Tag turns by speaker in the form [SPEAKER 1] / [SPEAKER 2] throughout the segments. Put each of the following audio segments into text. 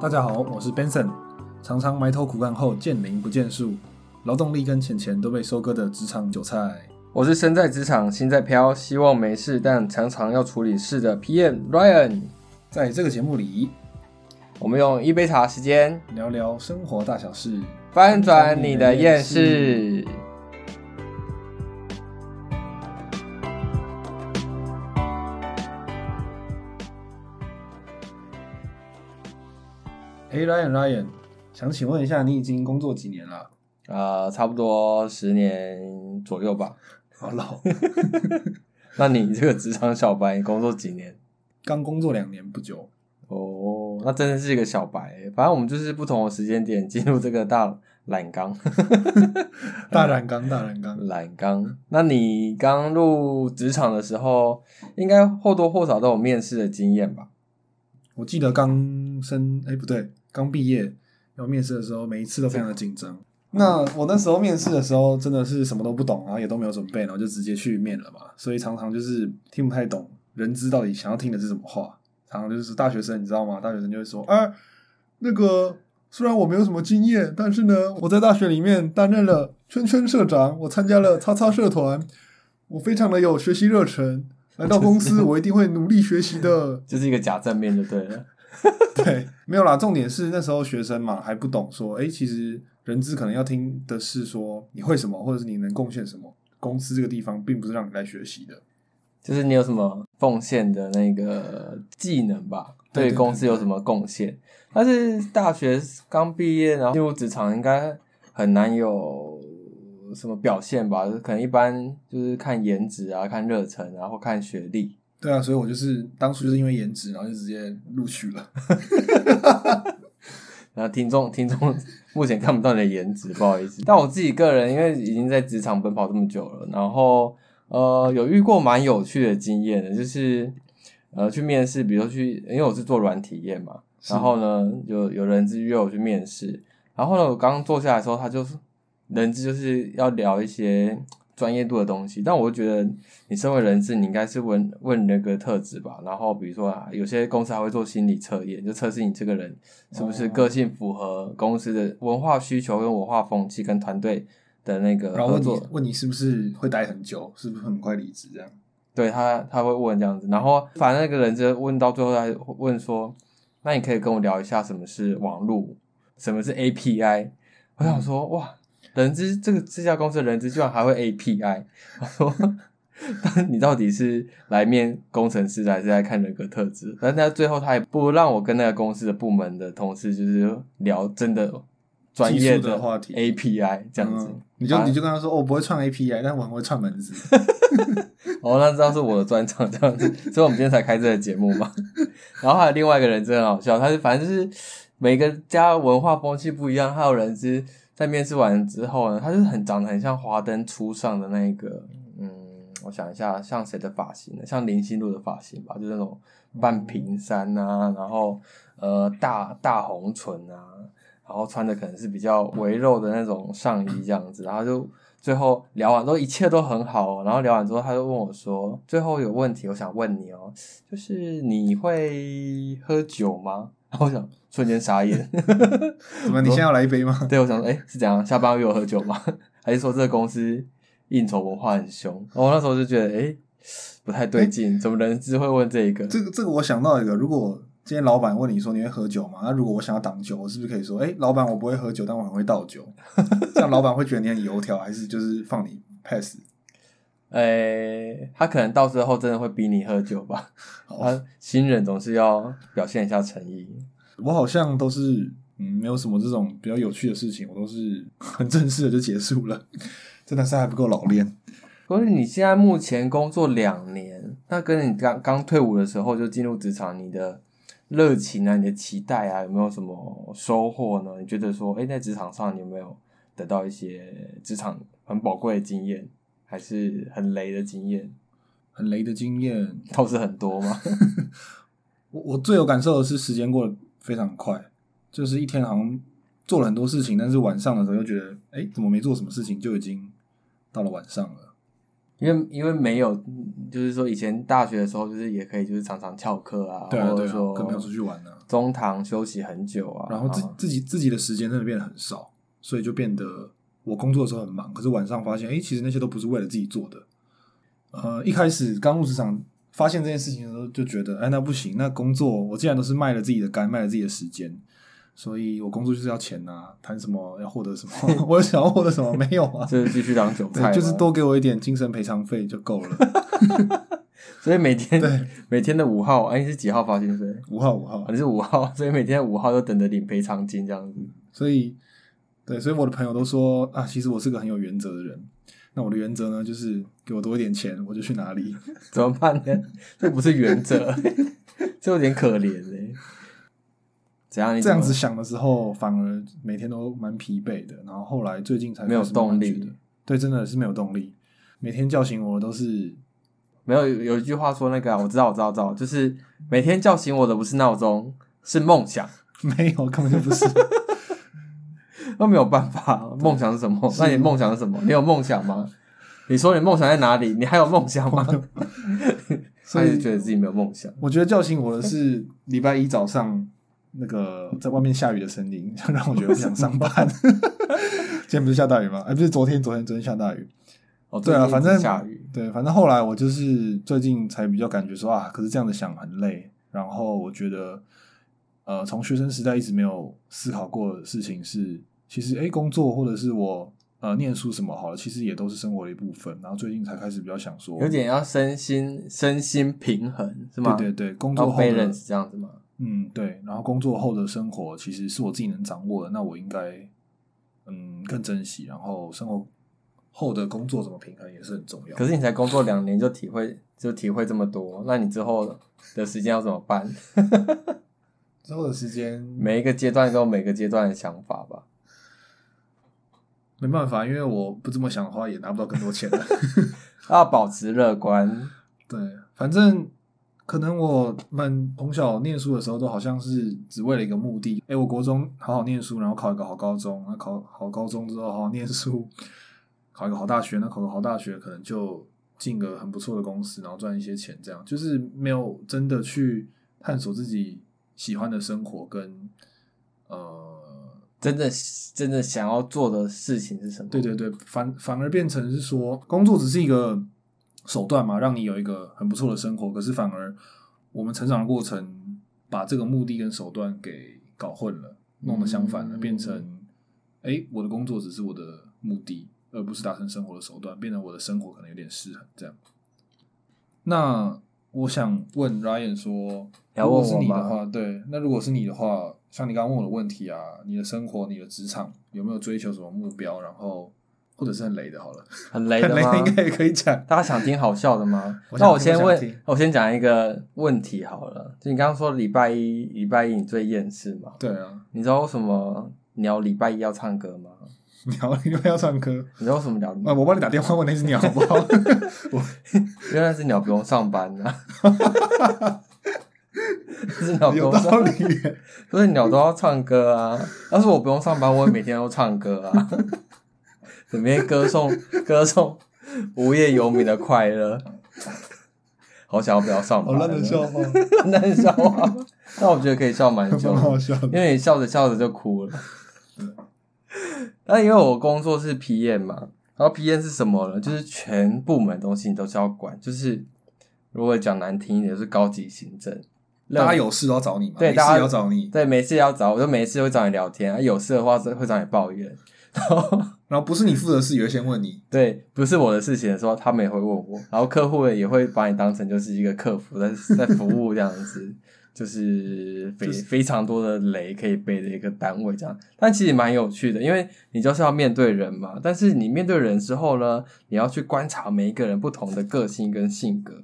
[SPEAKER 1] 大家好，我是 Benson。常常埋头苦干后见林不见树，劳动力跟钱钱都被收割的职场韭菜。
[SPEAKER 2] 我是身在职场心在飘，希望没事但常常要处理事的 PM Ryan。
[SPEAKER 1] 在这个节目里，
[SPEAKER 2] 我们用一杯茶时间
[SPEAKER 1] 聊聊生活大小事，
[SPEAKER 2] 翻转你的厌世。
[SPEAKER 1] 哎，Ryan Ryan，想请问一下，你已经工作几年了？
[SPEAKER 2] 呃，差不多十年左右吧。
[SPEAKER 1] 好老，
[SPEAKER 2] 那你这个职场小白，你工作几年？
[SPEAKER 1] 刚工作两年不久。
[SPEAKER 2] 哦，那真的是一个小白欸。反正我们就是不同的时间点进入这个大懒缸，
[SPEAKER 1] 大染缸，大染缸。
[SPEAKER 2] 懒缸。那你刚入职场的时候，应该或多或少都有面试的经验吧？
[SPEAKER 1] 我记得刚升，哎，不对，刚毕业要面试的时候，每一次都非常的紧张。那我那时候面试的时候，真的是什么都不懂，然后也都没有准备，然后就直接去面了嘛，所以常常就是听不太懂人资到底想要听的是什么话。常常就是大学生，你知道吗？大学生就会说，哎，那个虽然我没有什么经验，但是呢，我在大学里面担任了圈圈社长，我参加了叉叉社团，我非常的有学习热忱。来到公司，我一定会努力学习的。
[SPEAKER 2] 就是一个假正面就对了。
[SPEAKER 1] 对，没有啦。重点是那时候学生嘛，还不懂说，哎、其实人资可能要听的是说你会什么，或者是你能贡献什么。公司这个地方并不是让你来学习的。
[SPEAKER 2] 就是你有什么奉献的那个技能吧，
[SPEAKER 1] 对对
[SPEAKER 2] 对公司有什么贡献？但是大学刚毕业，然后进入职场，应该很难有什么表现吧？就是可能一般就是看颜值啊，看热忱啊，或看学历。
[SPEAKER 1] 对啊，所以我就是当初就是因为颜值，然后就直接录取了。
[SPEAKER 2] 然后听众听众 目前看不到你的颜值，不好意思。但我自己个人，因为已经在职场奔跑这么久了，然后呃有遇过蛮有趣的经验的，就是呃去面试，比如说去，因为我是做软体验嘛，
[SPEAKER 1] 是
[SPEAKER 2] 然后呢有有人资约我去面试，然后呢我刚坐下来的时候，他就是人资就是要聊一些专业度的东西，但我就觉得你身为人资，你应该是问问人格特质吧，然后比如说啊，有些公司还会做心理测验，就测试你这个人是不
[SPEAKER 1] 哦
[SPEAKER 2] 是个性符合公司的文化需求、跟文化风气、跟团队的那个
[SPEAKER 1] 然后
[SPEAKER 2] 合
[SPEAKER 1] 问你
[SPEAKER 2] 作。
[SPEAKER 1] 问你是不是会待很久，是不是很快离职这样？
[SPEAKER 2] 对他他会问这样子，然后反正那个人就问到最后，他问说：“那你可以跟我聊一下什么是网络，什么是 API？” 我
[SPEAKER 1] 嗯
[SPEAKER 2] 想说，哇，人资这个这家公司的人资居然还会 API，我 说。但你到底是来面工程师的，还是来看人格特质？但他最后他也不让我跟那个公司的部门的同事，就是聊真的专业
[SPEAKER 1] 技术的话题
[SPEAKER 2] API 这样子。啊
[SPEAKER 1] 嗯你就你就跟他说，哦，我不会串 API，但我很会串门子。
[SPEAKER 2] 哦，那这样是我的专场，这样子，所以我们今天才开这个节目嘛。然后还有另外一个人真的很好笑，他是反正就是每个家文化风气不一样，还有人是在面试完之后呢，他就是很长得很像华灯初上的那个，嗯，我想一下，像谁的发型呢？像林心如的发型吧，就是那种半平山啊，然后呃大大红唇啊，然后穿的可能是比较微肉的那种上衣这样子，然后就最后聊完之后一切都很好哦，然后聊完之后他就问我说，最后有问题我想问你哦，就是你会喝酒吗？然后我想瞬间傻眼，
[SPEAKER 1] 怎么？你现在要来一杯吗？
[SPEAKER 2] 对我想说，哎、是怎样？下班约我喝酒吗？ 还是说这个公司应酬文化很凶？然后我那时候就觉得，哎、不太对劲，怎么人只会问这个？
[SPEAKER 1] 这个这个我想到一个，如果今天老板问你说你会喝酒吗？那如果我想要挡酒，我是不是可以说，哎、老板我不会喝酒，但我很会倒酒，这样老板会觉得你很油条，还是就是放你 pass？
[SPEAKER 2] 诶、他可能到时候真的会逼你喝酒吧？
[SPEAKER 1] 好
[SPEAKER 2] 他新人总是要表现一下诚意。
[SPEAKER 1] 我好像都是嗯，没有什么这种比较有趣的事情，我都是 很正式的就结束了，真的是还不够老练。
[SPEAKER 2] 可是你现在目前工作两年，那跟你刚刚退伍的时候就进入职场，你的热情啊，你的期待啊，有没有什么收获呢？你觉得说，哎、在职场上你有没有得到一些职场很宝贵的经验，还是很雷的经验？
[SPEAKER 1] 很雷的经验，
[SPEAKER 2] 倒是很多吗？
[SPEAKER 1] 我我最有感受的是时间过得非常快，就是一天好像做了很多事情，但是晚上的时候就觉得，哎、怎么没做什么事情就已经到了晚上了。
[SPEAKER 2] 因为因为没有，就是说以前大学的时候，就是也可以就是常常翘课啊，
[SPEAKER 1] 对啊
[SPEAKER 2] 或
[SPEAKER 1] 对啊，
[SPEAKER 2] 者说
[SPEAKER 1] 跟朋友出去玩啊，
[SPEAKER 2] 中堂休息很久啊，，
[SPEAKER 1] 然后自自己自己的时间真的变得很少，所以就变得我工作的时候很忙，可是晚上发现，哎，其实那些都不是为了自己做的。呃，一开始刚入职场发现这件事情的时候，就觉得，哎，那不行，那工作我既然都是卖了自己的肝，卖了自己的时间，所以我工作就是要钱啊，谈什么要获得什么，我想要获得什么没有啊
[SPEAKER 2] 就是继续当韭菜嘛，
[SPEAKER 1] 对，就是多给我一点精神赔偿费就够了。
[SPEAKER 2] 所以每天
[SPEAKER 1] 对
[SPEAKER 2] 每天的五号，哎、你是几号发薪水？
[SPEAKER 1] 五号五号
[SPEAKER 2] 啊，，你是五号， 所以每天五号都等着领赔偿金这样子。
[SPEAKER 1] 所以，对，所以我的朋友都说啊，其实我是个很有原则的人。那我的原则呢，就是给我多一点钱，我就去哪里。
[SPEAKER 2] 怎么办呢？ 这不是原则， 这有点可怜哎、怎样？你
[SPEAKER 1] 这
[SPEAKER 2] 怎么
[SPEAKER 1] 样子想的时候，反而每天都蛮疲惫的。然后后来最近才
[SPEAKER 2] 没有
[SPEAKER 1] 开始慢慢
[SPEAKER 2] 动力
[SPEAKER 1] 觉得，对，真的是没有动力。每天叫醒我的都是
[SPEAKER 2] 没有有有一句话说那个啊、我知道，我知道，我知道，就是每天叫醒我的不是闹钟，是梦想。
[SPEAKER 1] 没有，根本就不是。
[SPEAKER 2] 那没有办法，梦想是什么？那你梦想是什么？你有梦想吗？你说你梦想在哪里？你还有梦想吗？他
[SPEAKER 1] 所
[SPEAKER 2] 一直
[SPEAKER 1] 以
[SPEAKER 2] 觉得自己没有梦想。
[SPEAKER 1] 我觉得叫醒我的是礼拜一早上那个在外面下雨的声音， 让我觉得不想上 班。 今天不是下大雨吗？哎、不是昨天，昨天昨天下大雨。
[SPEAKER 2] 哦，
[SPEAKER 1] 对啊，
[SPEAKER 2] 最近一直
[SPEAKER 1] 反正
[SPEAKER 2] 下雨，
[SPEAKER 1] 对，反正后来我就是最近才比较感觉说啊，可是这样子想很累。然后我觉得，呃，从学生时代一直没有思考过的事情是，其实诶，工作或者是我呃念书什么好了，其实也都是生活的一部分。然后最近才开始比较想说，
[SPEAKER 2] 有点要身心身心平衡是吗？
[SPEAKER 1] 对对对，工
[SPEAKER 2] 要
[SPEAKER 1] 作后的
[SPEAKER 2] balance 这样子吗？
[SPEAKER 1] 嗯对，然后工作后的生活其实是我自己能掌握的，那我应该嗯更珍惜。然后生活后的工作怎么平衡也是很重要。
[SPEAKER 2] 可是你才工作两年就体会就体会这么多，那你之后的时间要怎么办？
[SPEAKER 1] 之后的时间
[SPEAKER 2] 每一个阶段都有每个阶段的想法吧。
[SPEAKER 1] 没办法，因为我不这么想的话，也拿不到更多钱了。
[SPEAKER 2] 要保持乐观，
[SPEAKER 1] 对，反正可能我们从小念书的时候，都好像是只为了一个目的。哎，我国中好好念书，然后考一个好高中，那考好高中之后好好念书，考一个好大学，那考个好大学可能就进个很不错的公司，然后赚一些钱，这样就是没有真的去探索自己喜欢的生活跟呃
[SPEAKER 2] 真的真的想要做的事情是什么？
[SPEAKER 1] 对对对，反反而变成是说，工作只是一个手段嘛，让你有一个很不错的生活。可是反而我们成长的过程，把这个目的跟手段给搞混了，弄得相反了，
[SPEAKER 2] 嗯
[SPEAKER 1] 变成哎，我的工作只是我的目的，而不是达成生活的手段，变成我的生活可能有点失衡这样。那我想问 Ryan 说，
[SPEAKER 2] 你要
[SPEAKER 1] 如果
[SPEAKER 2] 问
[SPEAKER 1] 是
[SPEAKER 2] 我
[SPEAKER 1] 你的
[SPEAKER 2] 吗
[SPEAKER 1] 话，对，那如果是你的话，像你刚刚问我的问题啊，你的生活、你的职场有没有追求什么目标？然后或者是很雷的，好了，
[SPEAKER 2] 很 雷
[SPEAKER 1] 很
[SPEAKER 2] 的
[SPEAKER 1] 雷
[SPEAKER 2] 吗
[SPEAKER 1] 的？应该也可以讲。
[SPEAKER 2] 大家想听好笑的吗？
[SPEAKER 1] 我想
[SPEAKER 2] 那我
[SPEAKER 1] 听
[SPEAKER 2] 先
[SPEAKER 1] 我想
[SPEAKER 2] 问
[SPEAKER 1] 听，
[SPEAKER 2] 我先讲一个问题好了。就你刚刚说礼拜一，礼拜一你最厌世嘛？
[SPEAKER 1] 对啊，
[SPEAKER 2] 你知道为什么鸟礼拜一要唱歌吗？
[SPEAKER 1] 鸟你们要唱歌
[SPEAKER 2] 你知道为什么鸟？
[SPEAKER 1] 啊？我帮你打电话问那只鸟好不好？
[SPEAKER 2] 因为那只鸟不用上班呢、啊。 那只鸟 不
[SPEAKER 1] 有
[SPEAKER 2] 用
[SPEAKER 1] 道
[SPEAKER 2] 上，
[SPEAKER 1] 理，
[SPEAKER 2] 不是鸟都要唱歌啊。要是我不用上班，我也每天都唱歌啊。整天歌颂歌颂无业游民的快乐，好想要不要上
[SPEAKER 1] 好
[SPEAKER 2] 班？啊
[SPEAKER 1] 烂的笑，话，
[SPEAKER 2] 烂的笑话。但我觉得可以笑蛮 久
[SPEAKER 1] 蛮
[SPEAKER 2] 的，
[SPEAKER 1] 好笑的。
[SPEAKER 2] 因为你笑着笑着就哭了。 那因为我工作是 PM 嘛，然后 PM 是什么呢？就是全部门的东西你都是要管，就是如果讲难听一点，就是高级行政。
[SPEAKER 1] 大家有事都要找你嘛，
[SPEAKER 2] 对
[SPEAKER 1] 没事
[SPEAKER 2] 大家
[SPEAKER 1] 要找你，
[SPEAKER 2] 对，没事要找我，就没事会找你聊天，啊、有事的话是会找你抱怨。然后
[SPEAKER 1] 然后不是你负责的事，也会先问你。
[SPEAKER 2] 对，不是我的事情的时候，他们也会问我，然后客户也会把你当成就是一个客服在在服务这样子，就是非
[SPEAKER 1] 就是
[SPEAKER 2] 非常多的雷可以背的一个单位这样，但其实蛮有趣的，因为你就是要面对人嘛，但是你面对人之后呢，你要去观察每一个人不同的个性跟性格，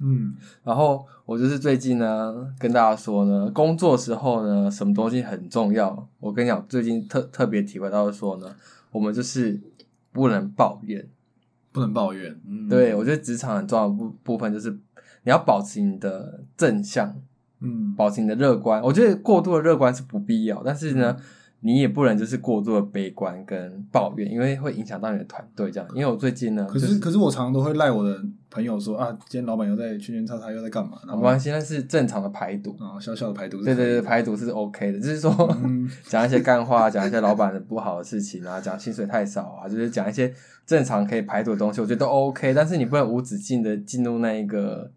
[SPEAKER 1] 嗯，
[SPEAKER 2] 然后我就是最近呢，跟大家说呢，工作时候呢，什么东西很重要。我跟你讲，最近特特别体会到说呢，我们就是不能抱怨。
[SPEAKER 1] 不能抱怨。嗯，
[SPEAKER 2] 对我觉得职场很重要的部部分就是你要保持你的正向，
[SPEAKER 1] 嗯，嗯
[SPEAKER 2] 保持你的乐观。我觉得过度的乐观是不必要，但是呢，你也不能就是过度的悲观跟抱怨，因为会影响到你的团队这样。因为我最近呢，
[SPEAKER 1] 可
[SPEAKER 2] 就是
[SPEAKER 1] 可是我常常都会赖我的朋友说啊，今天老板又在圈圈叉叉又在干嘛，然
[SPEAKER 2] 没
[SPEAKER 1] 后
[SPEAKER 2] 关系，那是正常的排毒。
[SPEAKER 1] 啊小小的排毒是可
[SPEAKER 2] 对
[SPEAKER 1] 以的，
[SPEAKER 2] 对对，排毒是 OK 的，就是说、
[SPEAKER 1] 嗯
[SPEAKER 2] 讲一些干话，讲一些老板的不好的事情啊，讲薪水太少啊，就是讲一些正常可以排毒的东西，我觉得都 OK。但是你不能无止境的进入那一个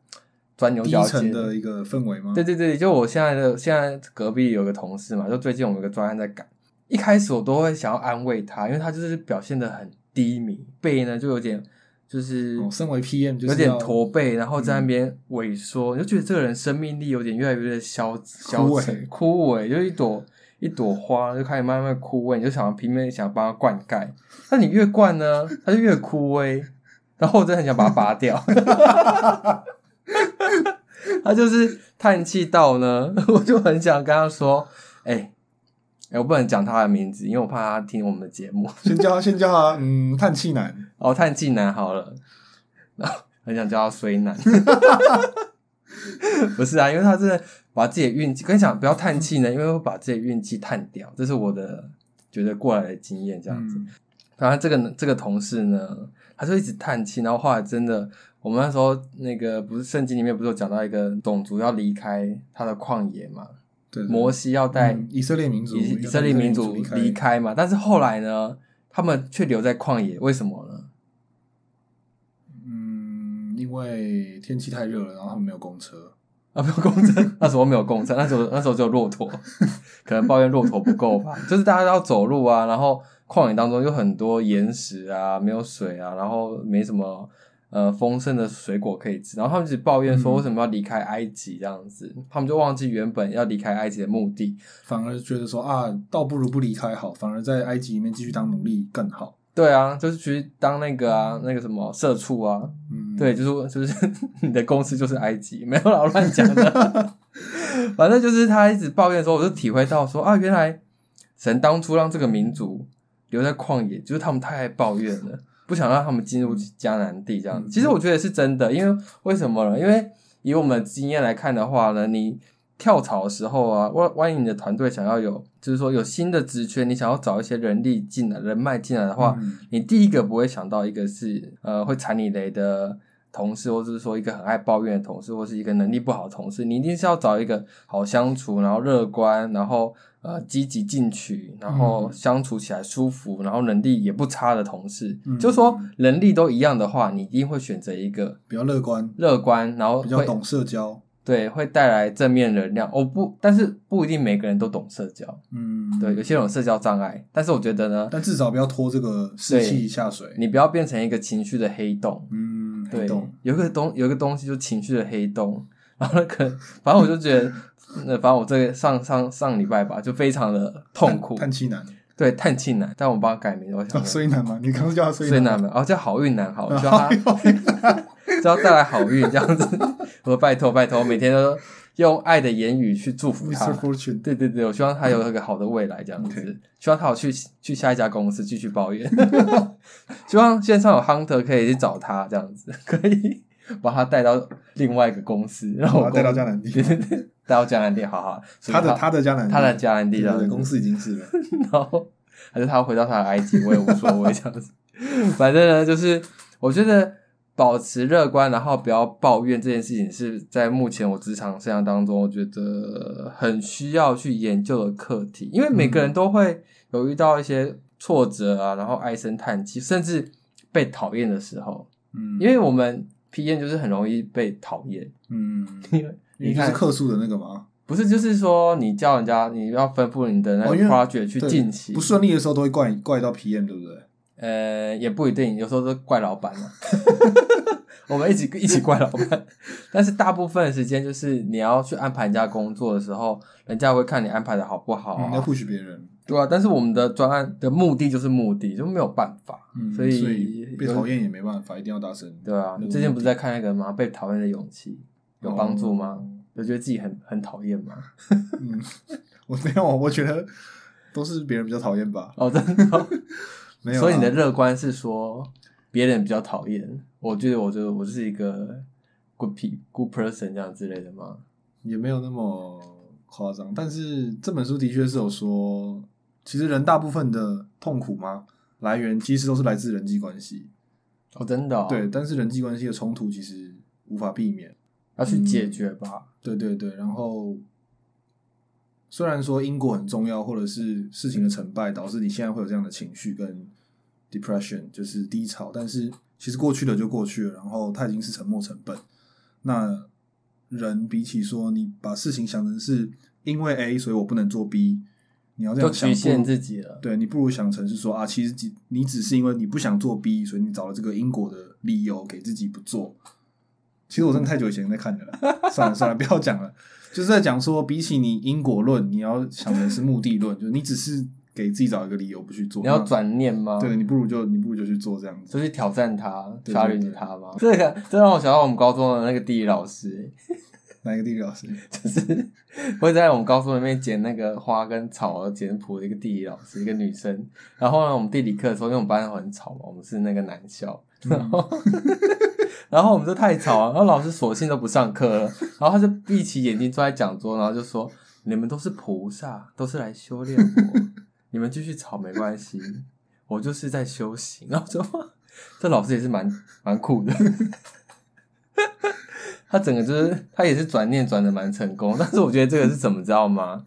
[SPEAKER 2] 钻牛角
[SPEAKER 1] 低
[SPEAKER 2] 尖
[SPEAKER 1] 沉的一个氛围吗？
[SPEAKER 2] 对对对，就我现在的现在隔壁有个同事嘛，就最近我们有个专案在赶，一开始我都会想要安慰他，因为他就是表现的很低迷，背呢就有点就是、
[SPEAKER 1] 哦，身为 PM 就是
[SPEAKER 2] 有点
[SPEAKER 1] 要嗯
[SPEAKER 2] 驼背，然后在那边萎缩，你就觉得这个人生命力有点越来越消消
[SPEAKER 1] 枯萎
[SPEAKER 2] 沉枯萎，就一朵一朵花就开始慢慢枯萎，你就想要拼命想要帮它灌溉，但你越灌呢，它就越枯萎，然后我真的很想把它拔掉。 他就是叹气到呢， 我就很想跟他说，哎、哎我不能讲他的名字，因为我怕他听我们的节目。
[SPEAKER 1] 先叫他先叫他嗯叹气男，
[SPEAKER 2] 哦，叹气男好了，然后很想叫他衰 男，不是啊，因为他真的把自己的运气，跟你讲不要叹气呢，因为会把自己的运气叹掉，这是我的觉得过来的经验这样子。
[SPEAKER 1] 嗯
[SPEAKER 2] 然后这个这个同事呢，他就一直叹气，然后后来真的，我们那时候那个不是圣经里面不是有讲到一个种族要离开他的旷野嘛，
[SPEAKER 1] 对对
[SPEAKER 2] 摩西要带
[SPEAKER 1] 嗯以色列民族
[SPEAKER 2] 以以色列民族
[SPEAKER 1] 以色列
[SPEAKER 2] 离
[SPEAKER 1] 离开，
[SPEAKER 2] 开嘛，但是后来呢，他们却留在旷野，为什么呢？
[SPEAKER 1] 嗯，因为天气太热了，然后他们没有公车，
[SPEAKER 2] 啊，没有共振，那时候没有共振，那时候那时候只有骆驼， 可能抱怨骆驼不够吧，就是大家都要走路啊，然后旷野当中有很多岩石啊，没有水啊，然后没什么呃丰盛的水果可以吃，然后他们只抱怨说
[SPEAKER 1] 嗯
[SPEAKER 2] 为什么要离开埃及这样子，他们就忘记原本要离开埃及的目的，
[SPEAKER 1] 反而觉得说啊，倒不如不离开好，反而在埃及里面继续当奴隶更好。
[SPEAKER 2] 对啊，就是去当那个啊那个什么社畜啊，
[SPEAKER 1] 嗯，
[SPEAKER 2] 对，就是就是 你的公司就是埃及，没有老乱讲的。 反正就是他一直抱怨的时候，我就体会到说啊，原来神当初让这个民族留在旷野，就是他们太爱抱怨了，不想让他们
[SPEAKER 1] 嗯
[SPEAKER 2] 进入迦南地这样子。其实我觉得是真的，因为为什么呢？因为以我们的经验来看的话呢，你跳槽的时候啊，万万一你的团队想要有，就是说有新的职缺，你想要找一些人力进来、人脉进来的话，
[SPEAKER 1] 嗯
[SPEAKER 2] 你第一个不会想到一个是呃会踩你雷的同事，或者是说一个很爱抱怨的同事，或是一个能力不好的同事，你一定是要找一个好相处，然后乐观，然后呃积极进取，然后
[SPEAKER 1] 嗯
[SPEAKER 2] 相处起来舒服，然后能力也不差的同事。
[SPEAKER 1] 嗯
[SPEAKER 2] 就是说能力都一样的话，你一定会选择一个
[SPEAKER 1] 比较乐观，
[SPEAKER 2] 乐观，然后
[SPEAKER 1] 比较
[SPEAKER 2] 会
[SPEAKER 1] 懂社交。
[SPEAKER 2] 对会带来正面能量。哦不，但是不一定每个人都懂社交，
[SPEAKER 1] 嗯，
[SPEAKER 2] 对，有些人有社交障碍，但是我觉得呢，
[SPEAKER 1] 但至少不要拖这个士气下水。
[SPEAKER 2] 你不要变成一个情绪的黑洞。
[SPEAKER 1] 嗯，
[SPEAKER 2] 对
[SPEAKER 1] 黑洞，
[SPEAKER 2] 有一个东有一个东西就情绪的黑洞，然后那个反正我就觉得， 那反正我这个上上上礼拜吧，就非常的痛苦，
[SPEAKER 1] 叹哦气男，
[SPEAKER 2] 对叹气男，但我帮他改名，我想
[SPEAKER 1] 衰男嘛，你刚刚叫他哎衰
[SPEAKER 2] 以
[SPEAKER 1] 男
[SPEAKER 2] 男
[SPEAKER 1] 吗，
[SPEAKER 2] 嘛，哦叫好运男好了，叫
[SPEAKER 1] 好
[SPEAKER 2] 他 只要带来好运这样子， 我说拜托拜托，每天都用爱的言语去祝福他
[SPEAKER 1] ，Mr。Fortune，
[SPEAKER 2] 对对对，我希望他
[SPEAKER 1] 嗯
[SPEAKER 2] 有一个好的未来，这样子。
[SPEAKER 1] OK
[SPEAKER 2] 希望他有去去下一家公司继续抱怨， 希望线上有 hunter 可以去找他，这样子 可以把他带到另外一个公司，然后
[SPEAKER 1] 把他带到迦南地
[SPEAKER 2] 对对对带到迦南地，好好。所以
[SPEAKER 1] 他的他的迦南地，
[SPEAKER 2] 他的迦南地
[SPEAKER 1] 对
[SPEAKER 2] 这
[SPEAKER 1] 对
[SPEAKER 2] 样
[SPEAKER 1] 对，
[SPEAKER 2] 子，
[SPEAKER 1] 公司已经是 了。
[SPEAKER 2] 然后还是他回到他的埃及，我也无所谓这样子。反正呢，就是我觉得保持乐观，然后不要抱怨这件事情，是在目前我职场生涯当中，我觉得很需要去研究的课题，因为每个
[SPEAKER 1] 嗯
[SPEAKER 2] 人都会有遇到一些挫折啊，然后唉声叹气，甚至被讨厌的时候，
[SPEAKER 1] 嗯，
[SPEAKER 2] 因为我们 P N 就是很容易被讨厌，
[SPEAKER 1] 嗯，
[SPEAKER 2] 因为
[SPEAKER 1] 因为
[SPEAKER 2] 你
[SPEAKER 1] 就是
[SPEAKER 2] 看。
[SPEAKER 1] 客诉的那个嘛，
[SPEAKER 2] 不是，就是说你叫人家，你要吩咐你的那
[SPEAKER 1] 哦
[SPEAKER 2] 个
[SPEAKER 1] 因为
[SPEAKER 2] project 去
[SPEAKER 1] 对
[SPEAKER 2] 进行，
[SPEAKER 1] 不顺利的时候都会怪怪到 PM，对不对？
[SPEAKER 2] 呃，也不一定，有时候都怪老板嘛。 我们一起一起怪老板，但是大部分的时间就是你要去安排人家工作的时候，人家会看你安排的好不好啊、
[SPEAKER 1] 嗯，要 push 别人，
[SPEAKER 2] 对啊，但是我们的专案的目的就是目的，就没有办法，
[SPEAKER 1] 嗯，
[SPEAKER 2] 所
[SPEAKER 1] 所
[SPEAKER 2] 以
[SPEAKER 1] 被讨厌也没办法，一定要达成。
[SPEAKER 2] 对啊。
[SPEAKER 1] 有
[SPEAKER 2] 你最近不是在看那个吗？被讨厌的勇气有帮助吗？
[SPEAKER 1] 哦
[SPEAKER 2] 有觉得自己很很讨厌吗？
[SPEAKER 1] 嗯，我没有，我觉得都是别人比较讨厌吧，
[SPEAKER 2] 哦，真的哦、
[SPEAKER 1] 没有啊。
[SPEAKER 2] 所以你的乐观是说别人比较讨厌，我觉得我觉得我就是一个 good pe good person 这样之类的吗？
[SPEAKER 1] 也没有那么夸张，但是这本书的确是有说，其实人大部分的痛苦嘛，来源其实都是来自人际关系。
[SPEAKER 2] 哦，真的、哦，
[SPEAKER 1] 对，，但是人际关系的冲突其实无法避免。
[SPEAKER 2] 要去解决吧。
[SPEAKER 1] 对对对，然后虽然说因果很重要，或者是事情的成败导致你现在会有这样的情绪跟 depression，就是低潮，但是其实过去了就过去了，然后它已经是沉没成本。那人比起说你把事情想成是因为 A，所以我不能做 B，你要这
[SPEAKER 2] 都
[SPEAKER 1] 样想
[SPEAKER 2] 局
[SPEAKER 1] 不
[SPEAKER 2] 限
[SPEAKER 1] 如
[SPEAKER 2] 自己了。
[SPEAKER 1] 对你不如想成是说啊，其实只你只是因为你不想做 B，所以你找了这个因果的理由给自己不做。其实我真的太久以前在看 的了，算了算了，不要讲了。就是在讲说，比起你因果论，你要想成是目的论，就是你只是给自己找一个理由不去做。
[SPEAKER 2] 你要
[SPEAKER 1] 那，
[SPEAKER 2] 转念吗？
[SPEAKER 1] 对，你不如就你不如就去做这样子。
[SPEAKER 2] 就去挑战他，
[SPEAKER 1] 对
[SPEAKER 2] 杀
[SPEAKER 1] 对
[SPEAKER 2] 人
[SPEAKER 1] 对
[SPEAKER 2] 他吗？ 这个这让我想到我们高中的那个地理老师，
[SPEAKER 1] 哪一个地理老师？
[SPEAKER 2] 就是会在我们高中里面捡那个花跟草简谱的一个地理老师，一个女生。然后呢，我们地理课的时候，因为我们班很吵嘛，我们是那个男校，然后、然后我们就太吵了，然后老师索性都不上课了，然后他就闭起眼睛坐在讲桌，然后就说：“你们都是菩萨，都是来修炼我，你们继续吵没关系，我就是在修行。” 然后我就哇，这老师也是蛮蛮酷的。他整个就是他也是转念转的蛮成功，但 是我觉得这个是怎么知道吗？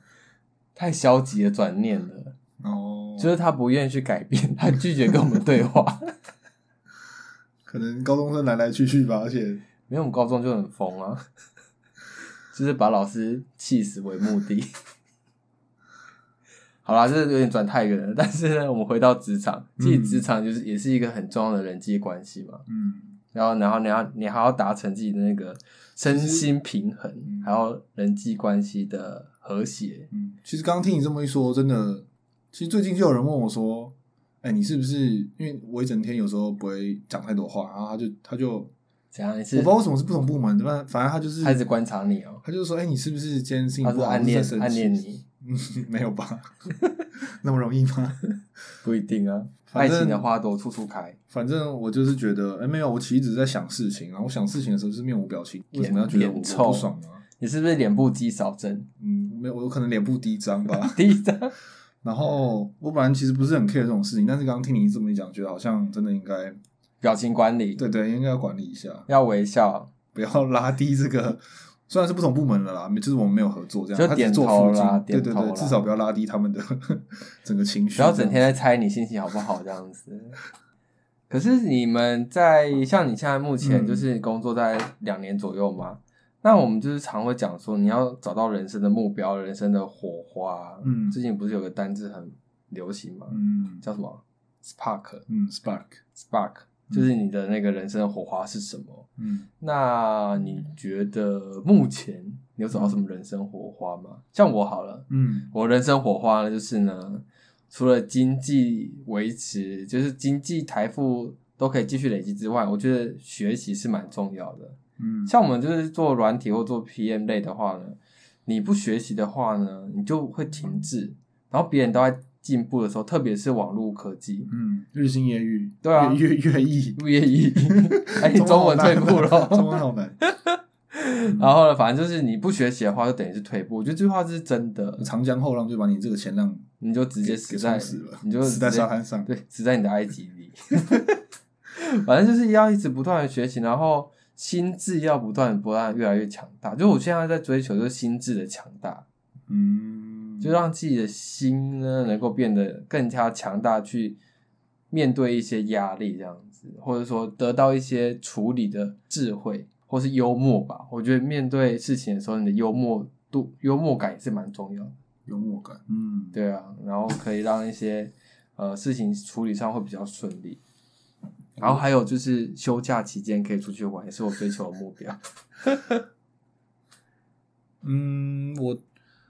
[SPEAKER 2] 太消极的转念了，
[SPEAKER 1] 哦，
[SPEAKER 2] 就是他不愿意去改变，他拒绝跟我们对话。
[SPEAKER 1] 可能高中生来来去去吧，而且
[SPEAKER 2] 没有，我们高中就很疯啊，就是把老师气死为目的。 好啦，这有点转太远了，但是呢，我们回到职场，其实
[SPEAKER 1] 嗯
[SPEAKER 2] 职场就是也是一个很重要的人际关系嘛。
[SPEAKER 1] 嗯，
[SPEAKER 2] 然后，然后你要你还要达成自己的那个身心平衡
[SPEAKER 1] 嗯，
[SPEAKER 2] 还有人际关系的和谐。
[SPEAKER 1] 嗯，其实刚刚听你这么一说，真的，其实最近就有人问我说：“哎、你是不是因为我一整天有时候不会讲太多话，然后他就他就我
[SPEAKER 2] 怎样？你
[SPEAKER 1] 不
[SPEAKER 2] 是
[SPEAKER 1] 知道为什么是不同部门，反正反正他就是
[SPEAKER 2] 他一直观察你哦、
[SPEAKER 1] 他就说：哎、你是不是今天心情
[SPEAKER 2] 他是
[SPEAKER 1] 不好，
[SPEAKER 2] 暗
[SPEAKER 1] 或者
[SPEAKER 2] 恋
[SPEAKER 1] 是在
[SPEAKER 2] 暗
[SPEAKER 1] 生
[SPEAKER 2] 恋
[SPEAKER 1] 气？
[SPEAKER 2] 你，
[SPEAKER 1] 嗯，没有吧？那么容易吗？
[SPEAKER 2] 不一定啊。爱
[SPEAKER 1] 反正
[SPEAKER 2] 情的花朵处处开，
[SPEAKER 1] 反正我就是觉得，哎、没有，我其实只是在想事情，然后我想事情的时候就是面无表情，为什么要觉得
[SPEAKER 2] 脸
[SPEAKER 1] 我我
[SPEAKER 2] 臭
[SPEAKER 1] 不爽呢、
[SPEAKER 2] 你是不是脸部肌少症？
[SPEAKER 1] 嗯，没有，我有可能脸部低张吧。”
[SPEAKER 2] 第一张，
[SPEAKER 1] 然后我本来其实不是很 care 这种事情，但是刚刚听你这么一讲，觉得好像真的应该，
[SPEAKER 2] 表情管理
[SPEAKER 1] 对对，应该要管理一下，
[SPEAKER 2] 要微笑，
[SPEAKER 1] 不
[SPEAKER 2] 嗯
[SPEAKER 1] 要拉低这个。虽然是不同部门了啦，就是我们没有合作这样，
[SPEAKER 2] 就
[SPEAKER 1] 他只
[SPEAKER 2] 点
[SPEAKER 1] 做
[SPEAKER 2] 头
[SPEAKER 1] 附近
[SPEAKER 2] 啦
[SPEAKER 1] 对
[SPEAKER 2] 点
[SPEAKER 1] 对
[SPEAKER 2] 头
[SPEAKER 1] 对，
[SPEAKER 2] 啦
[SPEAKER 1] 至少不要拉低他们的 整个情绪，
[SPEAKER 2] 不要整天在猜你心情好不好这样子。可是你们在像你现在目前
[SPEAKER 1] 嗯
[SPEAKER 2] 就是工作在两年左右嘛，那我们就是常会讲说你要找到人生的目标、人生的火花。
[SPEAKER 1] 嗯
[SPEAKER 2] 最近不是有个单字很流行吗？
[SPEAKER 1] 嗯
[SPEAKER 2] 叫什么？spark
[SPEAKER 1] 嗯，spark，
[SPEAKER 2] spark，就是你的那个人生的火花是什么？
[SPEAKER 1] 嗯，
[SPEAKER 2] 那你觉得目前你有找到什么人生火花吗？像我好了，
[SPEAKER 1] 嗯
[SPEAKER 2] 我人生火花呢，就是呢，除了经济维持，就是经济财富都可以继续累积之外，我觉得学习是蛮重要的。
[SPEAKER 1] 嗯，
[SPEAKER 2] 像我们就是做软体或做 PM 类的话呢，你不学习的话呢，你就会停滞，然后别人都在进步的时候，特别是网络科技，
[SPEAKER 1] 嗯，日新月异，
[SPEAKER 2] 对啊
[SPEAKER 1] 月月月异，
[SPEAKER 2] 不愿 意，哎，你中文
[SPEAKER 1] 好
[SPEAKER 2] 退
[SPEAKER 1] 难
[SPEAKER 2] 步 了，
[SPEAKER 1] 中文好难，
[SPEAKER 2] 然后呢，反正就是你不学习的话，就等于是退步。我觉得这句话是真的，
[SPEAKER 1] 长江后浪就把你这个前浪
[SPEAKER 2] 你就直接死
[SPEAKER 1] 给
[SPEAKER 2] 在
[SPEAKER 1] 冲死了，
[SPEAKER 2] 你就
[SPEAKER 1] 死在
[SPEAKER 2] 直接
[SPEAKER 1] 沙滩上，
[SPEAKER 2] 对，死在你的埃及里。 反正就是要一直不断的学习，然后心智要不断不断地越来越强大。就我现在在追求就是心智的强大，
[SPEAKER 1] 嗯，
[SPEAKER 2] 就让自己的心呢能够变得更加强大，去面对一些压力这样子，或者说得到一些处理的智慧，或是幽默吧。我觉得面对事情的时候，你的幽默度、幽默感也是蛮重要的。
[SPEAKER 1] 幽默感，嗯，
[SPEAKER 2] 对啊，然后可以让一些呃事情处理上会比较顺利。然后还有就是休假期间可以出去玩，也是我追求的目标。
[SPEAKER 1] 嗯，我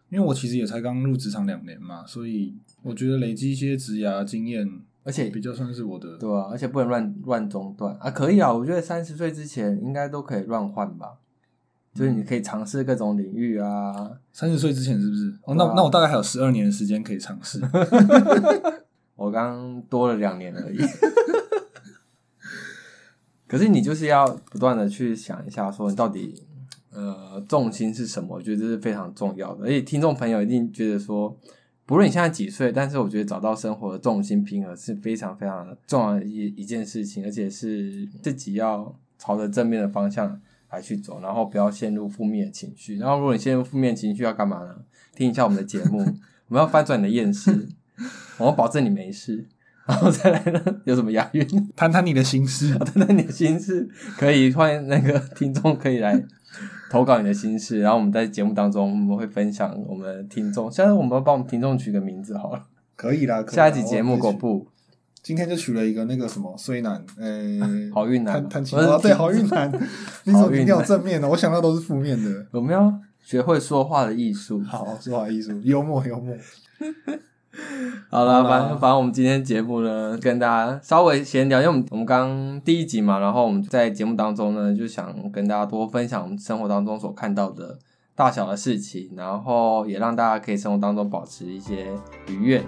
[SPEAKER 1] 因为我其实也才刚入职场两年嘛，所以我觉得累积一些职涯经验，
[SPEAKER 2] 而且
[SPEAKER 1] 比较算是我的。
[SPEAKER 2] 对啊，而且不能乱乱中断啊，可以啊，我觉得三十岁之前应该都可以乱换吧，就是你可以尝试各种领域啊。
[SPEAKER 1] 三十岁之前是不是？哦，
[SPEAKER 2] 对
[SPEAKER 1] 那
[SPEAKER 2] 啊
[SPEAKER 1] 那我大概还有十二年的时间可以尝试。
[SPEAKER 2] 我刚多了两年而已， 可是你就是要不断的去想一下，说你到底呃重心是什么？我觉得这是非常重要的，而且听众朋友一定觉得说，不论你现在几岁，但是我觉得找到生活的重心平衡是非常非常重要的一一件事情，而且是自己要朝着正面的方向来去走，然后不要陷入负面的情绪。然后如果你陷入负面情绪，要干嘛呢？听一下我们的节目，我们要翻转你的厌世，我们保证你没事。然后再来呢，有什么押韵？
[SPEAKER 1] 谈谈你的心事。
[SPEAKER 2] 那你的心事可以换那个听众可以来投稿你的心事，然后我们在节目当中我们会分享我们的听众，现在我们帮我们听众取个名字好了，
[SPEAKER 1] 可以啦，可以啦
[SPEAKER 2] 下一集节目
[SPEAKER 1] 我
[SPEAKER 2] 果
[SPEAKER 1] 们
[SPEAKER 2] 不
[SPEAKER 1] 今天就取了一个那个什么衰男，呃，
[SPEAKER 2] 好运男
[SPEAKER 1] 谈
[SPEAKER 2] 嘛，
[SPEAKER 1] 谈情
[SPEAKER 2] 不是
[SPEAKER 1] 话，对，好运 男，你怎么一定要
[SPEAKER 2] 好运男
[SPEAKER 1] 正面的？哦我想到都是负面的。哦
[SPEAKER 2] 我们要学会说话的艺术。
[SPEAKER 1] 好，说话艺术，幽默幽默，
[SPEAKER 2] 好
[SPEAKER 1] 好
[SPEAKER 2] 了，
[SPEAKER 1] 啦
[SPEAKER 2] 反正反正我们今天节目呢，跟大家稍微闲聊，因为我们我们刚第一集嘛，然后我们在节目当中呢，就想跟大家多分享我们生活当中所看到的大小的事情，然后也让大家可以生活当中保持一些愉悦。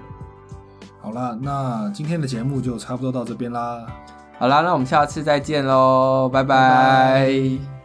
[SPEAKER 1] 好啦，那今天的节目就差不多到这边啦。
[SPEAKER 2] 好啦，那我们下次再见喽，拜拜。
[SPEAKER 1] 拜拜